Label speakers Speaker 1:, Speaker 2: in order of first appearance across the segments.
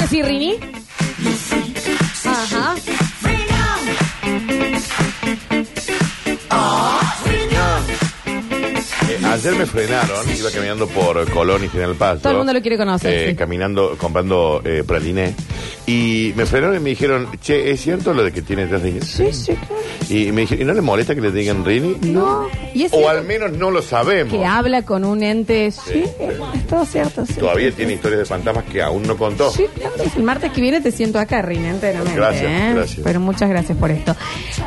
Speaker 1: Lucy Rini. Ajá.
Speaker 2: Eh, ayer me frenaron, iba caminando por Colón y General Paz.
Speaker 1: Todo el mundo lo quiere conocer,
Speaker 2: Eh,
Speaker 1: sí.
Speaker 2: Caminando, comprando eh, praliné. Y me frenaron y me dijeron, che, ¿es cierto lo de que tiene tres dientes?
Speaker 1: Sí, sí, claro.
Speaker 2: Y me dijeron, ¿y no le molesta que le digan Rini?
Speaker 1: No. ¿Y es
Speaker 2: o
Speaker 1: cierto
Speaker 2: al menos no lo sabemos.
Speaker 1: que habla con un ente. Sí, es todo cierto. sí.
Speaker 2: Todavía tiene historias de fantasmas que aún no contó.
Speaker 1: Sí, claro. El martes que viene te siento acá, Rina, enteramente.
Speaker 2: Gracias,
Speaker 1: ¿eh?
Speaker 2: gracias.
Speaker 1: Pero muchas gracias por esto.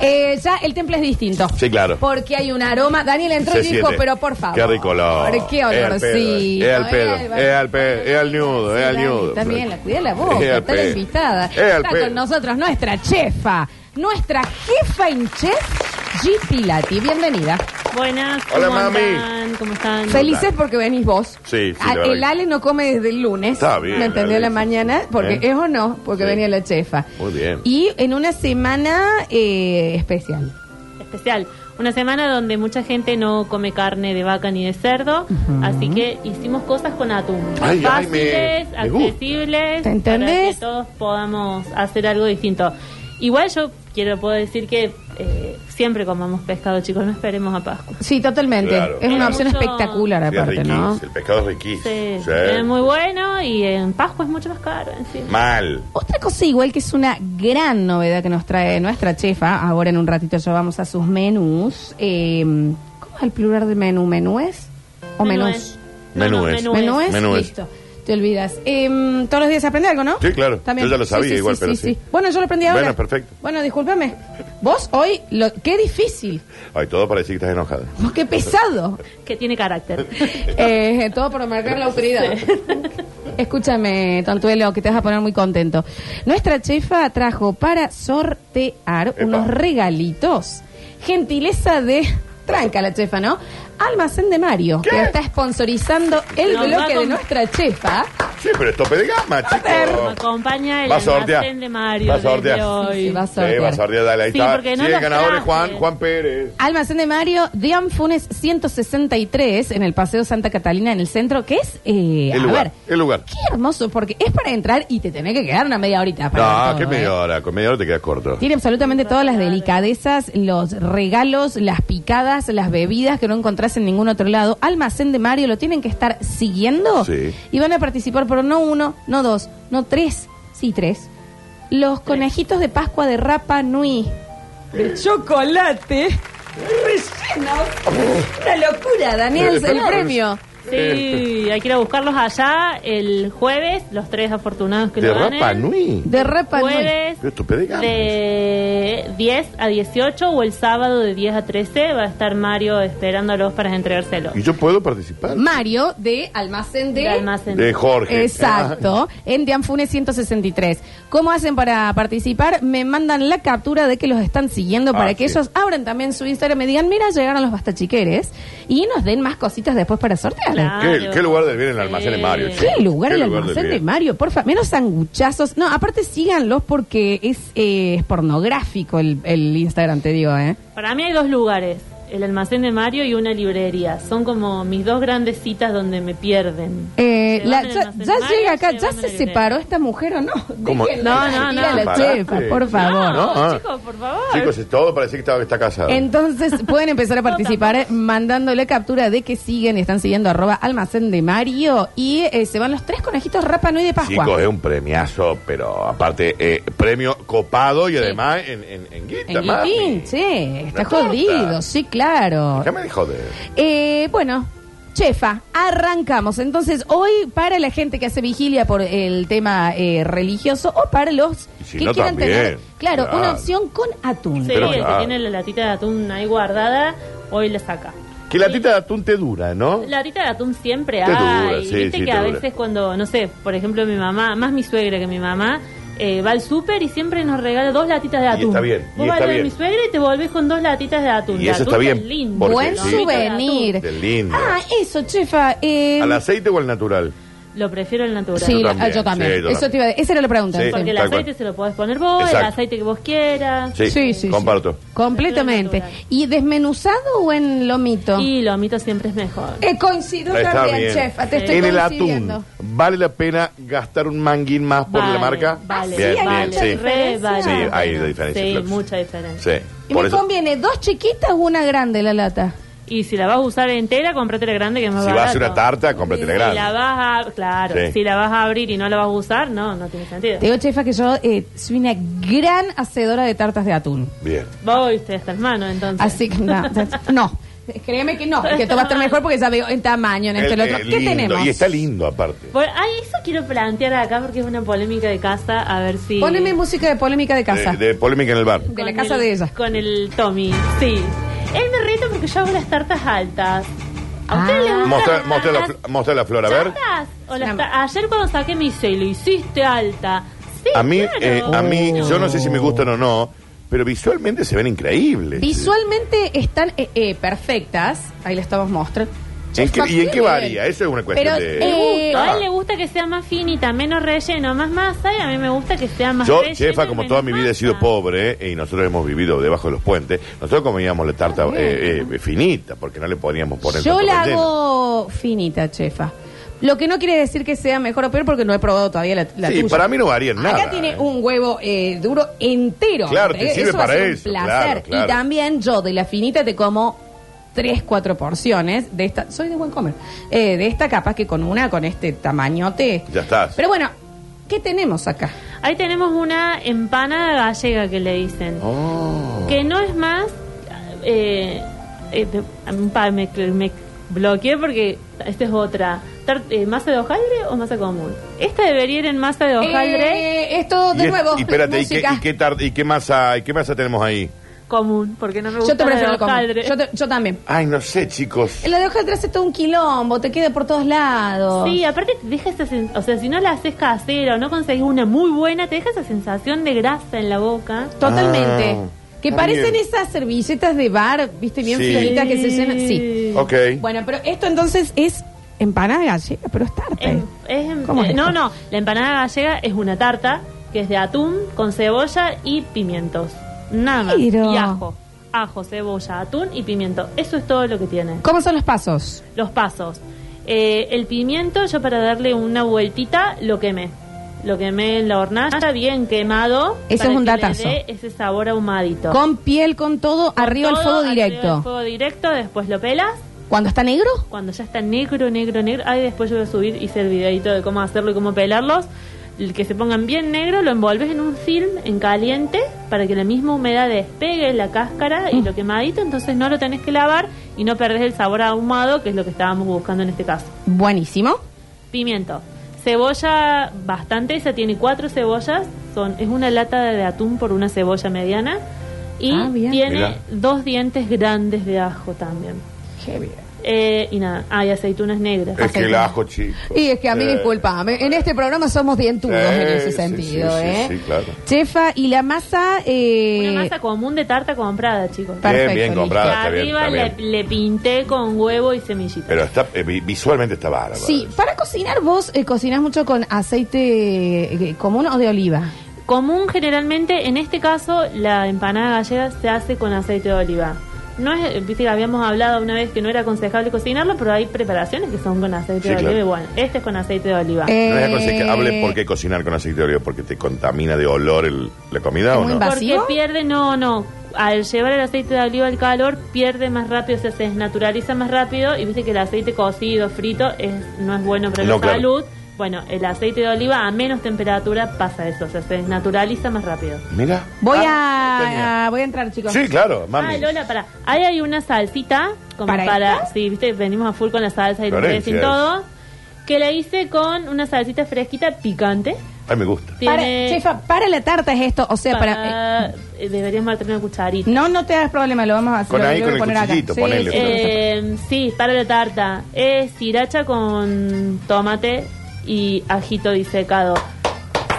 Speaker 1: Eh, ya el temple es distinto.
Speaker 2: Sí, claro.
Speaker 1: Porque hay un aroma. Daniel entró y
Speaker 2: Se
Speaker 1: dijo,
Speaker 2: siente.
Speaker 1: pero por favor.
Speaker 2: Qué rico olor.
Speaker 1: Qué olorcito.
Speaker 2: Es al pedo,
Speaker 1: Eh,
Speaker 2: es al pedo, es al nudo, es al
Speaker 1: Dani,
Speaker 2: nudo.
Speaker 1: También la cuida la boca,
Speaker 2: Es al
Speaker 1: está la
Speaker 2: pedo.
Speaker 1: invitada.
Speaker 2: Es al
Speaker 1: Está
Speaker 2: pedo.
Speaker 1: con nosotros nuestra chefa, nuestra jefa en chef, G. Lati. Bienvenida.
Speaker 3: Buenas,
Speaker 2: Hola,
Speaker 3: ¿cómo
Speaker 2: mami.
Speaker 3: andan? ¿Cómo están?
Speaker 1: Felices porque venís vos.
Speaker 2: Sí, sí,
Speaker 1: A-
Speaker 2: la verdad
Speaker 1: el
Speaker 2: que
Speaker 1: Ale no come desde el lunes.
Speaker 2: Está bien,
Speaker 1: Me
Speaker 2: la
Speaker 1: entendió
Speaker 2: verdad
Speaker 1: la
Speaker 2: que sí.
Speaker 1: mañana, porque
Speaker 2: ¿Eh?
Speaker 1: es o no, porque
Speaker 2: Sí.
Speaker 1: venía la chefa.
Speaker 2: Muy bien.
Speaker 1: Y en una semana eh, especial.
Speaker 3: Especial. Una semana donde mucha gente no come carne de vaca ni de cerdo, así que hicimos cosas con atún.
Speaker 2: Ay, ay, me-
Speaker 3: Fáciles,
Speaker 2: me gusta.
Speaker 3: accesibles,
Speaker 1: ¿Te entendés?
Speaker 3: para que todos podamos hacer algo distinto. Igual yo quiero puedo decir que eh, siempre comamos pescado, chicos, no esperemos a Pascua.
Speaker 1: Sí, totalmente.
Speaker 2: Claro,
Speaker 1: es
Speaker 2: claro.
Speaker 1: una opción
Speaker 3: Mucho-
Speaker 1: espectacular,
Speaker 2: Sí, es
Speaker 1: aparte, ¿no?
Speaker 2: riquísimo, El pescado es riquísimo.
Speaker 3: Sí,
Speaker 2: Sí.
Speaker 3: Es muy bueno y en Pascua es mucho más caro. encima.
Speaker 2: Mal.
Speaker 1: Otra cosa igual que es una gran novedad que nos trae nuestra chefa, ahora en un ratito ya vamos a sus menús. eh, ¿Cómo es el plural de menú? ¿Menúes? ¿O menús?
Speaker 2: Menúes.
Speaker 3: No, no,
Speaker 1: ¿Menúes?
Speaker 2: Menúes.
Speaker 1: Listo. Te olvidas. Em, Todos los días se aprende algo, ¿no?
Speaker 2: Sí, claro.
Speaker 1: También.
Speaker 2: Yo ya lo
Speaker 1: Sí,
Speaker 2: sabía
Speaker 1: sí,
Speaker 2: igual,
Speaker 1: sí,
Speaker 2: pero
Speaker 1: sí,
Speaker 2: sí.
Speaker 1: sí. Bueno, yo lo aprendí ahora.
Speaker 2: Bueno, perfecto.
Speaker 1: Bueno, discúlpame. Vos hoy, lo, qué difícil.
Speaker 2: Ay, todo para decir que estás enojada.
Speaker 1: Vos qué pesado.
Speaker 3: Que tiene carácter.
Speaker 1: Eh, todo por marcar la autoridad. Escúchame, Tontuelo, que te vas a poner muy contento. Nuestra chefa trajo para sortear
Speaker 2: Epa.
Speaker 1: unos regalitos. Gentileza de. Tranca la chefa, ¿no? Almacén de Mario, que está sponsorizando el
Speaker 3: Nos va
Speaker 1: bloque de
Speaker 3: con-
Speaker 1: nuestra chefa.
Speaker 2: Sí, pero es tope de gama,
Speaker 3: Me
Speaker 2: chicos.
Speaker 3: acompaña el
Speaker 2: Va a sortear.
Speaker 3: almacén de Mario
Speaker 2: Va a sortear.
Speaker 3: desde hoy.
Speaker 1: Sí, sí, va a
Speaker 2: Sí, va a sortear, dale, ahí
Speaker 3: Sí,
Speaker 2: está.
Speaker 3: porque no
Speaker 2: sí, el
Speaker 3: los
Speaker 2: ganador es
Speaker 3: traje.
Speaker 2: Juan, Juan Pérez.
Speaker 1: Almacén de Mario, Dian Funes 163, en el Paseo Santa Catalina, en el centro, que es. eh,
Speaker 2: El
Speaker 1: a
Speaker 2: lugar,
Speaker 1: ver,
Speaker 2: el lugar.
Speaker 1: Qué hermoso, porque es para entrar y te tenés que quedar una media horita. Para ver
Speaker 2: No,
Speaker 1: todo,
Speaker 2: qué
Speaker 1: ¿eh?
Speaker 2: media hora, con media hora te quedas corto.
Speaker 1: Tiene absolutamente todas las delicadezas, los regalos, las picadas, las bebidas que no encontrás en ningún otro lado. Almacén de Mario lo tienen que estar siguiendo
Speaker 2: Sí.
Speaker 1: y van a participar por no uno, no dos, no tres, sí tres. Los conejitos de Pascua de Rapa Nui. De chocolate. Rellenos. Una locura, Daniel, el
Speaker 2: Espera,
Speaker 1: premio.
Speaker 3: Sí, hay que ir a buscarlos allá el jueves, los tres afortunados que
Speaker 2: De
Speaker 3: lo ganen.
Speaker 2: Rapa Nui.
Speaker 1: De Rapa Nui.
Speaker 3: Jueves
Speaker 2: Pero tope de gama.
Speaker 3: de 10 a 18 o el sábado de 10 a 13 va a estar Mario esperándolos para entregárselo.
Speaker 2: ¿Y yo puedo participar?
Speaker 1: Mario de Almacén
Speaker 3: De almacén.
Speaker 2: De Jorge. Ah.
Speaker 1: Exacto, en Dianfune 163. ¿Cómo hacen para participar? Me mandan la captura de que los están siguiendo para
Speaker 2: Ah,
Speaker 1: que
Speaker 2: sí.
Speaker 1: ellos abran también su Instagram y digan, mira, llegaron los bastachiqueres y nos den más cositas después para sortear.
Speaker 3: Claro.
Speaker 2: Ah, ¿Qué, qué lugar del bien en el almacén de Mario?
Speaker 3: Sí.
Speaker 2: che?
Speaker 1: ¿Qué lugar el
Speaker 2: del
Speaker 1: almacén de
Speaker 2: bien?
Speaker 1: Mario? Porfa, menos sanguchazos. No, aparte síganlos porque es, eh, es pornográfico el, el Instagram, te digo, ¿eh?
Speaker 3: Para mí hay dos lugares, el almacén de Mario y una librería. Son como mis dos grandes citas donde me pierden.
Speaker 1: Eh,
Speaker 3: Llévame
Speaker 1: la-
Speaker 3: al
Speaker 1: ya
Speaker 3: almacén
Speaker 1: ya
Speaker 3: Mario,
Speaker 1: llega acá, ya
Speaker 3: llévame a
Speaker 1: se
Speaker 3: la librería.
Speaker 1: separó esta mujer o no.
Speaker 2: ¿Cómo?
Speaker 1: Déjenla,
Speaker 3: No,
Speaker 1: tira
Speaker 3: no, no.
Speaker 1: la chefa,
Speaker 2: Separaste.
Speaker 1: por favor.
Speaker 3: No,
Speaker 2: No, ah.
Speaker 3: chicos, por favos
Speaker 2: Chicos, es todo para decir que está, está casado.
Speaker 1: Entonces pueden empezar a participar eh, mandándole captura de que siguen, están siguiendo arroba almacén de Mario y eh, se van los tres conejitos Rapa Nui de Pascua.
Speaker 2: Chicos, es un premiazo, pero aparte, eh, premio copado y además en, en, en guita,
Speaker 1: en
Speaker 2: mami.
Speaker 1: Guitín, che, está
Speaker 2: Una torta.
Speaker 1: jodido, sí, claro.
Speaker 2: Déjame de joder.
Speaker 1: Eh, bueno, chefa, arrancamos. Entonces, hoy para la gente que hace vigilia por el tema eh, religioso o para los
Speaker 2: Y si
Speaker 1: que
Speaker 2: no,
Speaker 1: quieran
Speaker 2: también.
Speaker 1: tener, claro,
Speaker 2: Claro.
Speaker 1: una opción con atún.
Speaker 3: Sí,
Speaker 2: Pero
Speaker 3: el que
Speaker 2: claro.
Speaker 3: tiene la latita de atún ahí guardada, hoy la saca.
Speaker 2: Que la tita de atún te dura, ¿no?
Speaker 3: La latita de atún siempre
Speaker 2: Te
Speaker 3: hay.
Speaker 2: dura, sí,
Speaker 3: Viste
Speaker 2: sí,
Speaker 3: que
Speaker 2: te
Speaker 3: a
Speaker 2: dura.
Speaker 3: veces cuando, no sé, por ejemplo mi mamá, más mi suegra que mi mamá, eh, va al súper y siempre nos regala dos latitas de
Speaker 2: Y
Speaker 3: atún.
Speaker 2: está bien, y
Speaker 3: Vos
Speaker 2: está
Speaker 3: vas a lo de
Speaker 2: bien.
Speaker 3: mi suegra y te volvés con dos latitas de atún.
Speaker 2: Y
Speaker 3: El
Speaker 2: eso
Speaker 3: atún
Speaker 2: está bien,
Speaker 3: es lindo.
Speaker 2: porque
Speaker 1: Buen
Speaker 2: sí.
Speaker 1: souvenir.
Speaker 2: Del lindo.
Speaker 1: Ah, eso, chefa. eh,
Speaker 2: ¿Al aceite o al natural?
Speaker 3: lo prefiero el natural.
Speaker 1: Sí,
Speaker 2: Yo
Speaker 1: la- ah,
Speaker 2: también,
Speaker 1: yo también.
Speaker 2: sí, yo
Speaker 1: Eso
Speaker 2: también.
Speaker 1: te iba a decir. Esa era la pregunta.
Speaker 2: Sí.
Speaker 1: sí.
Speaker 3: Porque el
Speaker 2: tal cual.
Speaker 3: aceite se lo podés poner vos, el
Speaker 2: Exacto.
Speaker 3: aceite que vos quieras.
Speaker 2: Sí,
Speaker 1: Sí, sí, sí.
Speaker 2: comparto.
Speaker 1: Completamente.
Speaker 3: Natural.
Speaker 1: ¿Y desmenuzado o en lomito?
Speaker 3: Y lo mito siempre es mejor.
Speaker 1: Eh, coincido
Speaker 2: Está
Speaker 1: también,
Speaker 2: bien.
Speaker 1: chef. Te
Speaker 3: Sí.
Speaker 1: estoy
Speaker 2: en el
Speaker 1: coincidiendo.
Speaker 2: atún, ¿vale la pena gastar un manguín más por
Speaker 3: Vale,
Speaker 2: la marca?
Speaker 3: Vale,
Speaker 1: Ah, sí, hay
Speaker 2: bien, bien,
Speaker 1: mucha
Speaker 2: sí.
Speaker 1: diferencia.
Speaker 3: Re vale.
Speaker 2: Sí, hay
Speaker 3: Bueno,
Speaker 2: diferencia,
Speaker 3: Sí,
Speaker 2: claro.
Speaker 3: mucha diferencia.
Speaker 2: Sí.
Speaker 1: Y
Speaker 2: Por
Speaker 1: me
Speaker 2: eso,
Speaker 1: conviene dos chiquitas o una grande la lata.
Speaker 3: Y si la vas a usar entera, comprate la grande que es más
Speaker 2: si vas a hacer una
Speaker 3: barato.
Speaker 2: tarta, cómprate la
Speaker 3: Si la
Speaker 2: grande.
Speaker 3: vas a, claro,
Speaker 2: Sí.
Speaker 3: si la vas a abrir y no la vas a usar, no, no tiene sentido.
Speaker 1: Te digo, chefa, que yo eh, soy una gran hacedora de tartas de atún.
Speaker 2: Bien.
Speaker 3: Voy, te das hermano, entonces.
Speaker 1: Así que no. no. Créeme que no, que esto va a estar mejor porque ya veo en tamaño, en esto, en lo
Speaker 2: Eh,
Speaker 1: otro.
Speaker 2: eh,
Speaker 1: ¿Qué
Speaker 2: lindo,
Speaker 1: tenemos?
Speaker 2: Y está lindo aparte.
Speaker 3: Bueno, ay, eso quiero plantear acá porque es una polémica de casa, a ver si...
Speaker 1: Poneme música de polémica de casa.
Speaker 2: De, de polémica en el bar.
Speaker 1: de la
Speaker 3: con
Speaker 1: casa
Speaker 3: el-
Speaker 1: de ella.
Speaker 3: Con el Tommy, sí. Él me reta porque yo hago las tartas altas. ¿A usted
Speaker 1: Ah.
Speaker 3: le gustan
Speaker 2: Mostra,
Speaker 3: las
Speaker 2: mostra la,
Speaker 3: tartas
Speaker 2: fl- mostra la flor, a ver.
Speaker 3: chatas? O las
Speaker 1: No.
Speaker 3: ta- Ayer cuando saqué mi hice y lo hiciste alta. Sí,
Speaker 2: A mí,
Speaker 3: claro.
Speaker 2: eh, a mí
Speaker 1: Oh.
Speaker 2: yo no sé si me gustan o no, pero visualmente se ven increíbles.
Speaker 1: Visualmente están eh, eh, perfectas. Ahí la estamos mostrando.
Speaker 2: ¿En qué- ¿Y en qué
Speaker 1: Bien.
Speaker 2: varía? Eso es una cuestión
Speaker 1: Pero,
Speaker 2: de...
Speaker 3: Le
Speaker 1: Eh,
Speaker 3: gusta, A él
Speaker 2: ah.
Speaker 3: le gusta que sea más finita, menos relleno, más masa, y a mí me gusta que sea más
Speaker 2: Yo,
Speaker 3: relleno
Speaker 2: chefa,
Speaker 3: y
Speaker 2: como
Speaker 3: menos
Speaker 2: toda mi vida he sido
Speaker 3: masa.
Speaker 2: pobre eh, y nosotros hemos vivido debajo de los puentes, nosotros comíamos la tarta eh, eh, finita porque no le podíamos poner
Speaker 1: Yo
Speaker 2: tanto
Speaker 1: la
Speaker 2: relleno.
Speaker 1: hago finita, chefa. Lo que no quiere decir que sea mejor o peor porque no he probado todavía la, la
Speaker 2: Sí,
Speaker 1: tuya.
Speaker 2: para mí no varía en nada.
Speaker 1: Acá tiene
Speaker 2: eh.
Speaker 1: un huevo eh, duro entero.
Speaker 2: Claro, te
Speaker 1: Eh,
Speaker 2: sirve
Speaker 1: eso va a
Speaker 2: para
Speaker 1: ser un
Speaker 2: eso,
Speaker 1: placer.
Speaker 2: claro, claro.
Speaker 1: Y también yo de la finita te como tres, cuatro porciones de esta. Soy de buen comer. Eh, de esta capaz que con una, con este tamañote.
Speaker 2: Ya estás.
Speaker 1: Pero bueno, ¿qué tenemos acá?
Speaker 3: Ahí tenemos una empanada gallega que le dicen.
Speaker 2: Oh.
Speaker 3: Que no es más. Eh, eh, pa- me, me bloqueé porque esta es otra. Tar- eh, ¿Masa de hojaldre o masa común? Esta debería ir en masa de hojaldre
Speaker 1: Eh, esto
Speaker 2: Y
Speaker 1: de
Speaker 2: es-
Speaker 1: nuevo.
Speaker 2: y espérate, ¿y qué,
Speaker 1: música.
Speaker 2: y qué tar- y qué masa, y qué masa tenemos ahí?
Speaker 3: común, porque no me gusta
Speaker 1: yo te
Speaker 3: la de
Speaker 1: prefiero el común.
Speaker 3: hojaldre.
Speaker 1: Yo, te- yo también.
Speaker 2: Ay, no sé, chicos.
Speaker 1: La de hoja atrás es todo un quilombo, te queda por todos lados.
Speaker 3: Sí, aparte te deja esa sensación, o sea, si no la haces casera o no conseguís una muy buena, te deja esa sensación de grasa en la boca.
Speaker 1: Totalmente.
Speaker 2: Ah,
Speaker 1: que
Speaker 2: está
Speaker 1: parecen
Speaker 2: bien.
Speaker 1: esas servilletas de bar, viste, bien
Speaker 2: Sí.
Speaker 1: finitas que se llenan. Sí.
Speaker 2: Ok.
Speaker 1: Bueno, pero esto entonces es empanada gallega, pero es tarta.
Speaker 3: Em- es em-
Speaker 1: ¿Cómo es
Speaker 3: eh,
Speaker 1: esto?
Speaker 3: no, no, la empanada gallega es una tarta que es de atún con cebolla y pimientos. Nada más.
Speaker 1: Pero-
Speaker 3: Y ajo. Ajo, cebolla, atún y pimiento. Eso es todo lo que tiene.
Speaker 1: ¿Cómo son los pasos?
Speaker 3: Los pasos. Eh, el pimiento, yo para darle una vueltita, lo quemé. Lo quemé en la hornalla, bien quemado.
Speaker 1: Ese
Speaker 3: para
Speaker 1: es un
Speaker 3: que le
Speaker 1: datazo.
Speaker 3: dé ese sabor ahumadito.
Speaker 1: Con piel, con todo, arriba el
Speaker 3: Todo
Speaker 1: fuego
Speaker 3: arriba del
Speaker 1: directo.
Speaker 3: fuego directo, después lo pelas.
Speaker 1: ¿Cuando está negro?
Speaker 3: Cuando ya está negro, negro, negro. Ahí después yo voy a subir, hice el videito de cómo hacerlo y cómo pelarlos. El que se pongan bien negro, lo envolves en un film en caliente para que la misma humedad despegue la cáscara y lo quemadito. Entonces no lo tenés que lavar y no perdés el sabor ahumado, que es lo que estábamos buscando en este caso.
Speaker 1: Buenísimo.
Speaker 3: Pimiento. Cebolla bastante, esa tiene cuatro cebollas. Son, es una lata de atún por una cebolla mediana. Y
Speaker 1: Ah, bien.
Speaker 3: tiene
Speaker 2: Mirá.
Speaker 3: dos dientes grandes de ajo también. Eh, y nada, hay aceitunas negras.
Speaker 2: Es que el
Speaker 1: aceituna.
Speaker 2: ajo, chicos.
Speaker 1: Y es que a mí,
Speaker 2: Sí.
Speaker 1: disculpame, en este programa somos dientudos
Speaker 2: Sí,
Speaker 1: en ese
Speaker 2: Eh, sí,
Speaker 1: sentido,
Speaker 2: sí, sí,
Speaker 1: ¿eh?
Speaker 2: sí, claro.
Speaker 1: Chefa, y la masa. Eh...
Speaker 3: Una masa común de tarta comprada, chicos.
Speaker 1: Pa- Perfecto,
Speaker 2: bien, bien
Speaker 1: listo.
Speaker 2: comprada, Ah, está bien,
Speaker 3: Arriba
Speaker 2: está bien.
Speaker 3: le, le pinté con huevo y semillita.
Speaker 2: Pero está, eh, vi- visualmente está bárbaro.
Speaker 1: Sí, para cocinar vos eh, cocinás mucho con aceite eh, común o de oliva.
Speaker 3: Común generalmente, en este caso, la empanada gallega se hace con aceite de oliva. No es, viste que habíamos hablado una vez que no era aconsejable cocinarlo, pero hay preparaciones que son con aceite
Speaker 2: Sí,
Speaker 3: de
Speaker 2: claro.
Speaker 3: oliva. Igual, este es con aceite de oliva.
Speaker 1: Eh,
Speaker 2: No es aconsejable por qué cocinar con aceite de oliva, porque te contamina de olor el- la comida
Speaker 1: Es
Speaker 2: o
Speaker 1: muy
Speaker 2: no.
Speaker 1: invas-
Speaker 3: Porque
Speaker 1: ¿Vacío?
Speaker 3: pierde, no, no. Al llevar el aceite de oliva al calor, pierde más rápido, o sea, se desnaturaliza más rápido. Y viste que el aceite cocido, frito, es, no es bueno para
Speaker 2: No,
Speaker 3: la
Speaker 2: claro.
Speaker 3: salud. Bueno, el aceite de oliva a menos temperatura pasa eso, o sea, se desnaturaliza más rápido.
Speaker 2: Mira.
Speaker 1: Voy
Speaker 2: Ah, tenía.
Speaker 1: a, a- voy a entrar, chicos.
Speaker 2: Sí, claro, mami.
Speaker 3: Ah, Lola, para. Ahí hay una salsita, como
Speaker 1: ¿Para
Speaker 3: para.
Speaker 1: esta?
Speaker 3: sí, viste, venimos a full con la salsa y el
Speaker 2: Florencia
Speaker 3: dressing
Speaker 2: es.
Speaker 3: todo. Que la hice con una salsita fresquita picante.
Speaker 2: Ay, me gusta.
Speaker 1: Para,
Speaker 3: Tiene-
Speaker 1: chefa, para la tarta es esto, o sea, para,
Speaker 3: para- eh, deberíamos tener una cucharita.
Speaker 1: eh, no, no te hagas problema, lo vamos a hacer.
Speaker 2: Con
Speaker 1: lo
Speaker 2: ahí,
Speaker 1: voy a
Speaker 2: con el
Speaker 1: poner acá.
Speaker 2: cuchillito,
Speaker 1: Sí,
Speaker 2: ponele,
Speaker 1: sí,
Speaker 2: Flor.
Speaker 1: sí.
Speaker 3: Eh, sí, para la tarta. Es sriracha con tomate y ajito disecado.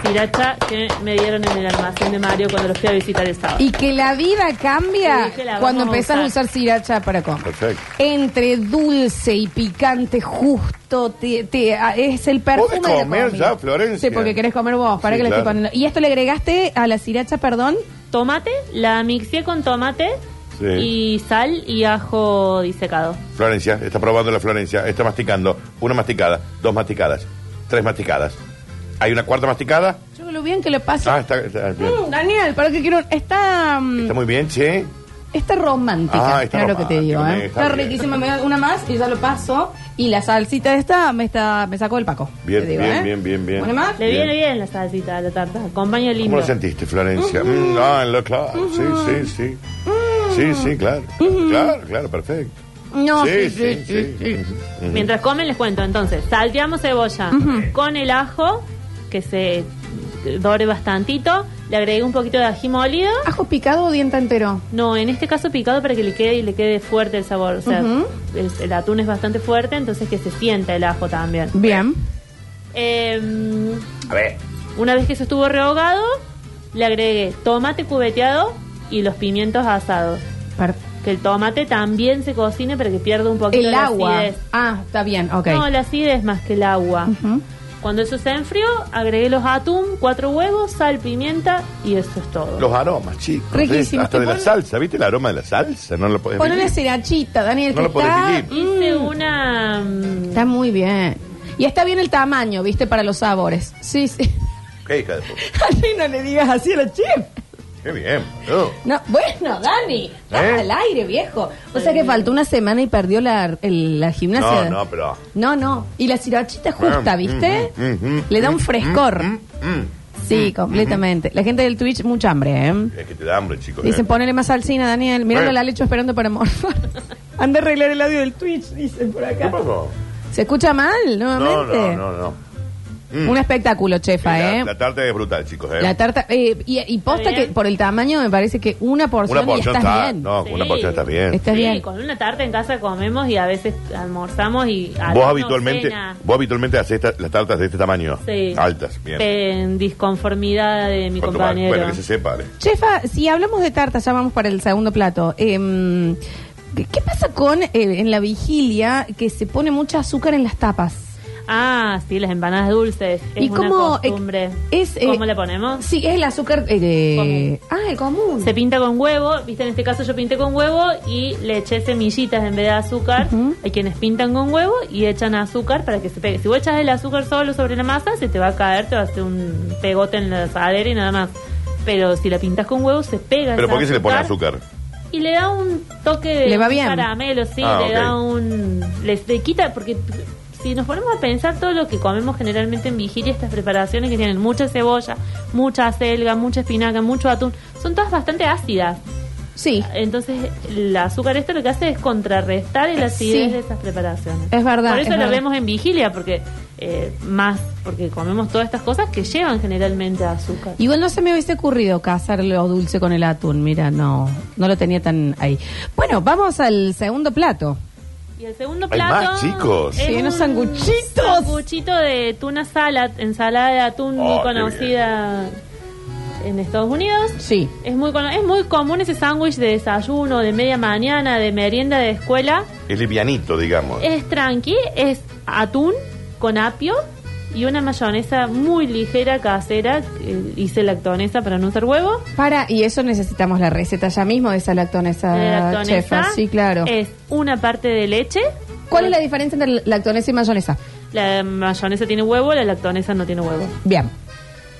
Speaker 3: siracha que me dieron en el almacén de Mario cuando los fui a visitar el sábado.
Speaker 1: Y que la vida cambia
Speaker 3: Sí, que la vamos
Speaker 1: cuando
Speaker 3: a
Speaker 1: empezás a
Speaker 3: usar.
Speaker 1: usar sriracha para comer.
Speaker 2: Perfecto.
Speaker 1: Entre dulce y picante justo, te- te- a- es el perfume
Speaker 2: ¿Podés
Speaker 1: de la
Speaker 2: comer
Speaker 1: comida.
Speaker 2: ya, Florencia?
Speaker 1: Sí, porque querés comer vos, para
Speaker 2: Sí,
Speaker 1: que le
Speaker 2: claro.
Speaker 1: estoy poniendo. Y esto le agregaste a la sriracha, perdón,
Speaker 3: Tomate, la mixé con tomate
Speaker 2: Sí.
Speaker 3: y sal y ajo disecado.
Speaker 2: Florencia, está probando la Florencia, está masticando. Una masticada, dos masticadas, tres masticadas. ¿Hay una cuarta masticada?
Speaker 1: Yo lo bien que lo paso.
Speaker 2: Ah, está, está bien.
Speaker 1: Mm, Daniel, para que quiero. Está. mm,
Speaker 2: Está muy bien, che.
Speaker 1: Está romántica.
Speaker 2: Ah, está
Speaker 1: Mira lo que te digo,
Speaker 2: romántica,
Speaker 1: ¿eh?
Speaker 2: está
Speaker 1: Está
Speaker 2: bien.
Speaker 1: riquísima. Me da una más y ya lo paso. Y la salsita esta me está me sacó el paco.
Speaker 2: Bien,
Speaker 1: te digo,
Speaker 2: bien,
Speaker 1: ¿eh?
Speaker 2: bien, bien, bien.
Speaker 1: ¿Una más?
Speaker 3: Le
Speaker 2: Bien.
Speaker 3: viene bien la salsita a la tarta. Acompaña
Speaker 2: ¿Cómo
Speaker 3: lindo.
Speaker 2: lo sentiste, Florencia?
Speaker 1: Uh-huh.
Speaker 2: Mm, ah, en lo claro. Sí, sí, sí. Sí, sí, claro. Claro, claro, perfecto.
Speaker 1: Uh-huh. No,
Speaker 2: sí,
Speaker 1: sí,
Speaker 2: sí,
Speaker 1: sí,
Speaker 2: sí. Ujú, ujú.
Speaker 3: Mientras comen les cuento. Entonces, salteamos cebolla con el ajo que se dore bastantito. Le agregué un poquito de ají molido.
Speaker 1: ¿Ajo picado o diente entero?
Speaker 3: No, en este caso picado para que le quede y le quede fuerte el sabor. O sea,
Speaker 1: Ujú.
Speaker 3: el, el atún es bastante fuerte, entonces que se sienta el ajo también.
Speaker 1: Bien.
Speaker 3: Em,
Speaker 2: A ver.
Speaker 3: Una vez que eso estuvo rehogado, le agregué tomate cubeteado y los pimientos asados.
Speaker 1: Per-
Speaker 3: Que el tomate también se cocine para que pierda un poquito
Speaker 1: El
Speaker 3: la
Speaker 1: agua.
Speaker 3: acidez.
Speaker 1: Ah, está bien, ok.
Speaker 3: No, la acidez más que el agua.
Speaker 1: Ujú.
Speaker 3: Cuando eso se enfrió, agregué los atún, cuatro huevos, sal, pimienta y eso es todo.
Speaker 2: Los aromas, chicos.
Speaker 1: Riquísimo.
Speaker 2: Hasta de la
Speaker 1: Pon-
Speaker 2: salsa. ¿Viste el aroma de la salsa? No lo podés
Speaker 1: Ponle una
Speaker 2: ver.
Speaker 1: srirachita, Daniel. que
Speaker 2: No lo podés
Speaker 1: está,
Speaker 2: vivir.
Speaker 3: Hice
Speaker 1: mm,
Speaker 3: una... mm,
Speaker 1: está muy bien. Y está bien el tamaño, ¿viste? Para los sabores. Sí, sí.
Speaker 2: Qué hija de puta.
Speaker 1: Así no le digas así a la chef.
Speaker 2: Qué bien. boludo.
Speaker 1: No, bueno, Dani, estás
Speaker 2: ¿Eh?
Speaker 1: al aire, viejo. O sea que faltó una semana y perdió la, el- la
Speaker 2: No,
Speaker 1: gimnasia.
Speaker 2: no, pero...
Speaker 1: No, no. Y la sirachita justa,
Speaker 2: Mm,
Speaker 1: ¿viste?
Speaker 2: mm, mm, mm,
Speaker 1: Le da un
Speaker 2: mm,
Speaker 1: frescor.
Speaker 2: mm, mm.
Speaker 1: Sí, completamente. La gente del Twitch, mucha hambre, ¿eh?
Speaker 2: Es que te da hambre, chicos.
Speaker 1: Dicen,
Speaker 2: eh.
Speaker 1: ponele más salsina, Daniel. Míralo
Speaker 2: Bueno.
Speaker 1: la lecho esperando para morfar. Anda a arreglar el audio del Twitch, dicen por
Speaker 2: ¿Qué
Speaker 1: acá.
Speaker 2: pasó?
Speaker 1: ¿Se escucha mal
Speaker 2: No, no,
Speaker 1: nuevamente?
Speaker 2: no, no. Mm.
Speaker 1: Un espectáculo, chefa,
Speaker 2: la,
Speaker 1: ¿eh?
Speaker 2: la tarta es brutal, chicos. ¿eh?
Speaker 1: La tarta. eh, y, y posta
Speaker 3: Está bien.
Speaker 1: que por el tamaño me parece que una porción,
Speaker 2: una porción
Speaker 1: y estás
Speaker 2: está.
Speaker 1: bien. Este-
Speaker 2: No,
Speaker 3: Sí.
Speaker 2: una porción está bien.
Speaker 1: Está
Speaker 3: sí,
Speaker 1: bien.
Speaker 3: con una tarta en casa comemos y a veces almorzamos y...
Speaker 2: Vos
Speaker 3: almuerzo,
Speaker 2: habitualmente,
Speaker 3: Ah, cena.
Speaker 2: vos habitualmente haces esta- las tartas de este tamaño.
Speaker 3: Sí.
Speaker 2: Altas, bien.
Speaker 3: En disconformidad de mi
Speaker 2: Cuanto más-
Speaker 3: compañero.
Speaker 2: bueno, que se eh. separe.
Speaker 1: Chefa, si hablamos de tartas, ya vamos para el segundo plato. Em, ¿qué- ¿Qué pasa con eh, en la vigilia que se pone mucha azúcar en las tapas?
Speaker 3: Ah, sí, las empanadas dulces. Es
Speaker 1: ¿Y cómo,
Speaker 3: una costumbre.
Speaker 1: eh, es, eh,
Speaker 3: ¿Cómo le ponemos?
Speaker 1: Sí, es el azúcar. eh, de- Ah, el común.
Speaker 3: Se pinta con huevo, viste, en este caso yo pinté con huevo y le eché semillitas en vez de azúcar.
Speaker 1: Ujú.
Speaker 3: Hay quienes pintan con huevo y echan azúcar para que se pegue. Si vos echas el azúcar solo sobre la masa, se te va a caer, te va a hacer un pegote en la asadera y nada más. Pero si la pintas con huevo, se pega.
Speaker 2: Pero
Speaker 3: ese
Speaker 2: ¿por qué se le pone azúcar?
Speaker 3: Y le da un toque de
Speaker 1: Le va
Speaker 3: un
Speaker 1: bien.
Speaker 3: caramelo, sí,
Speaker 2: Ah,
Speaker 3: le
Speaker 2: ok.
Speaker 3: da un... Le, le quita, porque si nos ponemos a pensar todo lo que comemos generalmente en vigilia, estas preparaciones que tienen mucha cebolla, mucha acelga, mucha espinaca, mucho atún, son todas bastante ácidas.
Speaker 1: Sí,
Speaker 3: Entonces, el azúcar esto lo que hace es contrarrestar el acidez
Speaker 1: Sí.
Speaker 3: de estas preparaciones.
Speaker 1: Es verdad,
Speaker 3: Por eso
Speaker 1: es
Speaker 3: lo
Speaker 1: verdad.
Speaker 3: vemos en vigilia, porque eh, más, porque comemos todas estas cosas que llevan generalmente azúcar.
Speaker 1: Igual no se me hubiese ocurrido casar lo dulce con el atún. Mira, no, no lo tenía tan ahí. Bueno, vamos al segundo plato.
Speaker 3: Y el segundo
Speaker 2: Hay
Speaker 3: plato.
Speaker 2: más, chicos.
Speaker 3: es
Speaker 1: Sí, unos
Speaker 3: un
Speaker 1: sanguchitos.
Speaker 3: Sanguchito de tuna salad, ensalada de atún
Speaker 2: Oh,
Speaker 3: muy
Speaker 2: qué
Speaker 3: conocida en Estados Unidos.
Speaker 1: Sí.
Speaker 3: Es muy, cono- es muy común ese sándwich de desayuno, de media mañana, de merienda de escuela.
Speaker 2: Es livianito, digamos.
Speaker 3: Es tranqui, es atún con apio y una mayonesa muy ligera casera. eh, hice lactonesa para no usar huevo.
Speaker 1: Para, y eso necesitamos la receta ya mismo de esa lactonesa, Eh,
Speaker 3: Eh, lactonesa
Speaker 1: Ah, chefa. Sí, claro.
Speaker 3: Es una parte de leche.
Speaker 1: ¿Cuál es la diferencia entre lactonesa y mayonesa?
Speaker 3: La mayonesa tiene huevo, la lactonesa no tiene huevo.
Speaker 1: Bien.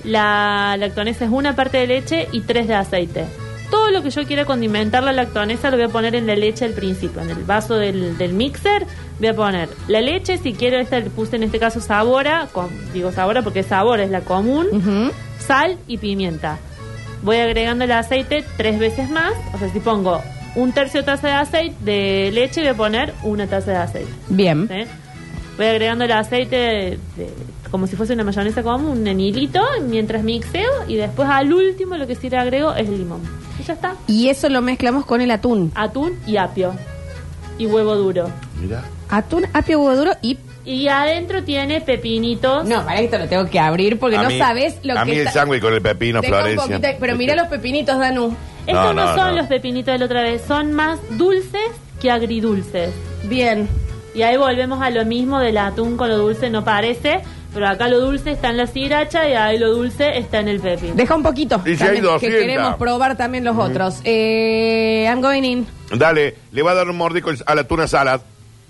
Speaker 3: La lactonesa es una parte de leche y tres de aceite. Todo lo que yo quiera condimentar la lactonesa lo voy a poner en la leche al principio. En el vaso del, del mixer voy a poner la leche, si quiero, esta le puse en este caso sabora, con- digo sabora porque sabor es la común,
Speaker 1: Ujú.
Speaker 3: sal y pimienta. Voy agregando el aceite tres veces más, o sea, si pongo un tercio taza de aceite de leche voy a poner una taza de aceite.
Speaker 1: Bien.
Speaker 3: ¿sí? ¿eh? Voy agregando el aceite de- de- como si fuese una mayonesa común, un hilito, mientras mixeo y después al último lo que sí le agrego es el limón. Y ya está.
Speaker 1: Y eso lo mezclamos con el atún.
Speaker 3: Atún y apio. Y huevo duro.
Speaker 2: Mira.
Speaker 1: Atún, apio, huevo duro y
Speaker 3: Y adentro tiene pepinitos.
Speaker 1: No, para esto lo tengo que abrir porque
Speaker 2: A
Speaker 1: no
Speaker 2: mí-
Speaker 1: sabes lo
Speaker 2: A
Speaker 1: que
Speaker 2: mí el
Speaker 1: está-
Speaker 2: sándwich con el pepino,
Speaker 1: Deja un
Speaker 2: Florencia. Este,
Speaker 1: poquito- pero mira los pepinitos, Danú.
Speaker 3: Estos no,
Speaker 2: No, no,
Speaker 3: son
Speaker 2: no.
Speaker 3: los pepinitos de la otra vez, son más dulces que agridulces.
Speaker 1: Bien.
Speaker 3: Y ahí volvemos a lo mismo del atún con lo dulce, no parece, pero acá lo dulce está en la sriracha y ahí lo dulce está en el pepino.
Speaker 1: Deja un poquito.
Speaker 2: Y si
Speaker 1: también,
Speaker 2: hay Mm. 200.
Speaker 1: que queremos probar también los otros. Eh, I'm going in.
Speaker 2: Dale, le va a dar un mordisco a la tuna salad.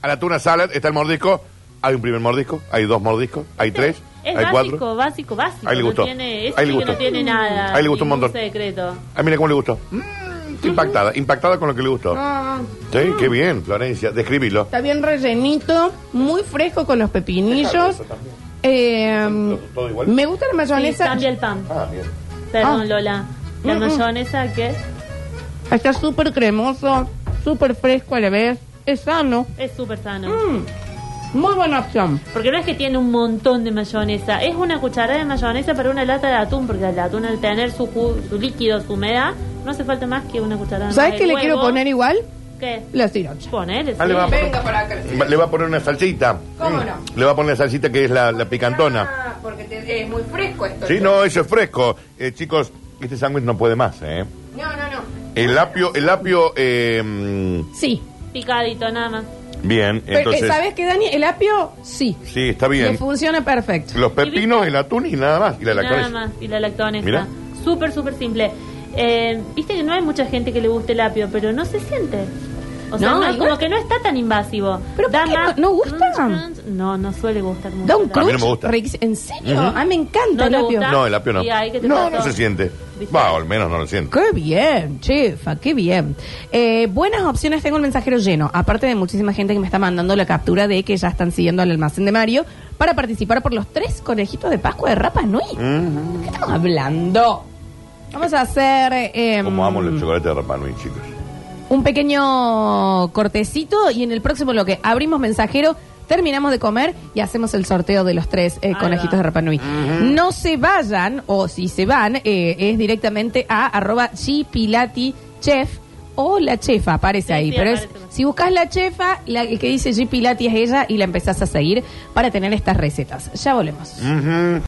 Speaker 2: A la tuna salad está el mordisco. Hay un primer mordisco, hay dos mordiscos, hay tres,
Speaker 3: Es
Speaker 2: hay
Speaker 3: básico,
Speaker 2: cuatro.
Speaker 3: básico, básico.
Speaker 2: Ahí le gustó.
Speaker 3: No tiene, ese
Speaker 2: Ahí le
Speaker 3: sí que
Speaker 2: gustó.
Speaker 3: no tiene nada.
Speaker 2: Ahí le gustó un
Speaker 3: ningún
Speaker 2: montón.
Speaker 3: secreto.
Speaker 2: Ah, mira cómo le gustó. Mm, estoy impactada, impactada con lo que le gustó.
Speaker 1: Ah,
Speaker 2: Sí, qué bien, Florencia. Describilo.
Speaker 1: está bien rellenito, muy fresco con los
Speaker 2: Deja
Speaker 1: pepinillos.
Speaker 2: eso también.
Speaker 1: Eh,
Speaker 2: ¿Todo- todo igual?
Speaker 1: me gusta la
Speaker 3: Sí,
Speaker 1: mayonesa.
Speaker 3: cambia el pan.
Speaker 2: Ah, bien.
Speaker 3: Perdón,
Speaker 1: Ah.
Speaker 3: Lola. La
Speaker 1: Mm, mm.
Speaker 3: mayonesa que
Speaker 1: Está súper cremoso, súper fresco a la vez. Es sano.
Speaker 3: es súper sano.
Speaker 1: Mm, muy buena opción.
Speaker 3: Porque no es que tiene un montón de mayonesa, es una cucharada de mayonesa para una lata de atún, porque el atún al tener su, ju- su líquido, su humedad, no hace falta más que una cucharada.
Speaker 1: ¿Sabes
Speaker 3: más
Speaker 1: qué
Speaker 3: de
Speaker 1: le
Speaker 3: huevo.
Speaker 1: quiero poner igual?
Speaker 3: ¿Qué?
Speaker 1: La sriracha.
Speaker 3: Poner,
Speaker 2: Ah, le va a poner-
Speaker 1: Venga para acá.
Speaker 2: Le va a poner una salsita.
Speaker 1: ¿Cómo
Speaker 2: Mm.
Speaker 1: no?
Speaker 2: Le va a poner la salsita que es la, la picantona.
Speaker 1: Ah, porque te- es muy fresco esto.
Speaker 2: Sí, no, eso es fresco. Eh, chicos, este sándwich no puede más, ¿eh?
Speaker 1: No, no, no.
Speaker 2: El apio, el apio, eh, mm,
Speaker 1: Sí.
Speaker 3: picadito nada más.
Speaker 2: bien,
Speaker 1: Pero, eh,
Speaker 2: entonces...
Speaker 1: ¿Sabes qué, Dani? El apio, sí.
Speaker 2: Sí, está
Speaker 1: Le
Speaker 2: bien.
Speaker 1: funciona perfecto.
Speaker 2: Los pepinos, el atún y nada más. Y la
Speaker 3: Nada
Speaker 2: lactones.
Speaker 3: más, y la lactona
Speaker 2: Mira.
Speaker 3: está. Súper, súper simple. Eh, Viste que no hay mucha gente que le guste el apio, pero no se siente. O sea,
Speaker 1: No,
Speaker 3: no,
Speaker 1: igual-
Speaker 3: como que no está tan invasivo.
Speaker 1: ¿Pero por qué no- no gusta?
Speaker 3: crunch, crunch. No, no suele gustar mucho.
Speaker 1: Da un
Speaker 3: el
Speaker 2: A mí
Speaker 1: crunch.
Speaker 2: no me gusta.
Speaker 1: riquis- ¿En serio?
Speaker 2: Ujú.
Speaker 1: A mí me encanta
Speaker 3: ¿No
Speaker 1: el
Speaker 3: te
Speaker 1: apio.
Speaker 3: gusta?
Speaker 2: No, el apio no.
Speaker 3: Y ahí que te
Speaker 2: No,
Speaker 3: pasó.
Speaker 2: no se siente.
Speaker 3: ¿Viste?
Speaker 2: Va, al menos no lo siente.
Speaker 1: Qué bien, chefa, qué bien. Eh, buenas opciones, tengo el mensajero lleno. Aparte de muchísima gente que me está mandando la captura de que ya están siguiendo al almacén de Mario para participar por los tres conejitos de Pascua de Rapa Nui.
Speaker 2: Mm.
Speaker 1: ¿Qué estamos hablando? Vamos a hacer eh,
Speaker 2: Como amo los chocolates de Rapa Nui, chicos.
Speaker 1: un pequeño cortecito y en el próximo bloque abrimos mensajero, terminamos de comer y hacemos el sorteo de los tres eh,
Speaker 3: va.
Speaker 1: conejitos de Rapa Nui. No se vayan, o si se van, eh, es directamente a arroba gpilatichef o la chefa, aparece
Speaker 3: Sí,
Speaker 1: ahí.
Speaker 3: sí,
Speaker 1: Pero es-
Speaker 3: aparece.
Speaker 1: si buscas la chefa, la el que dice G Pilati es ella y la empezás a seguir para tener estas recetas. Ya volvemos.
Speaker 2: Ujú.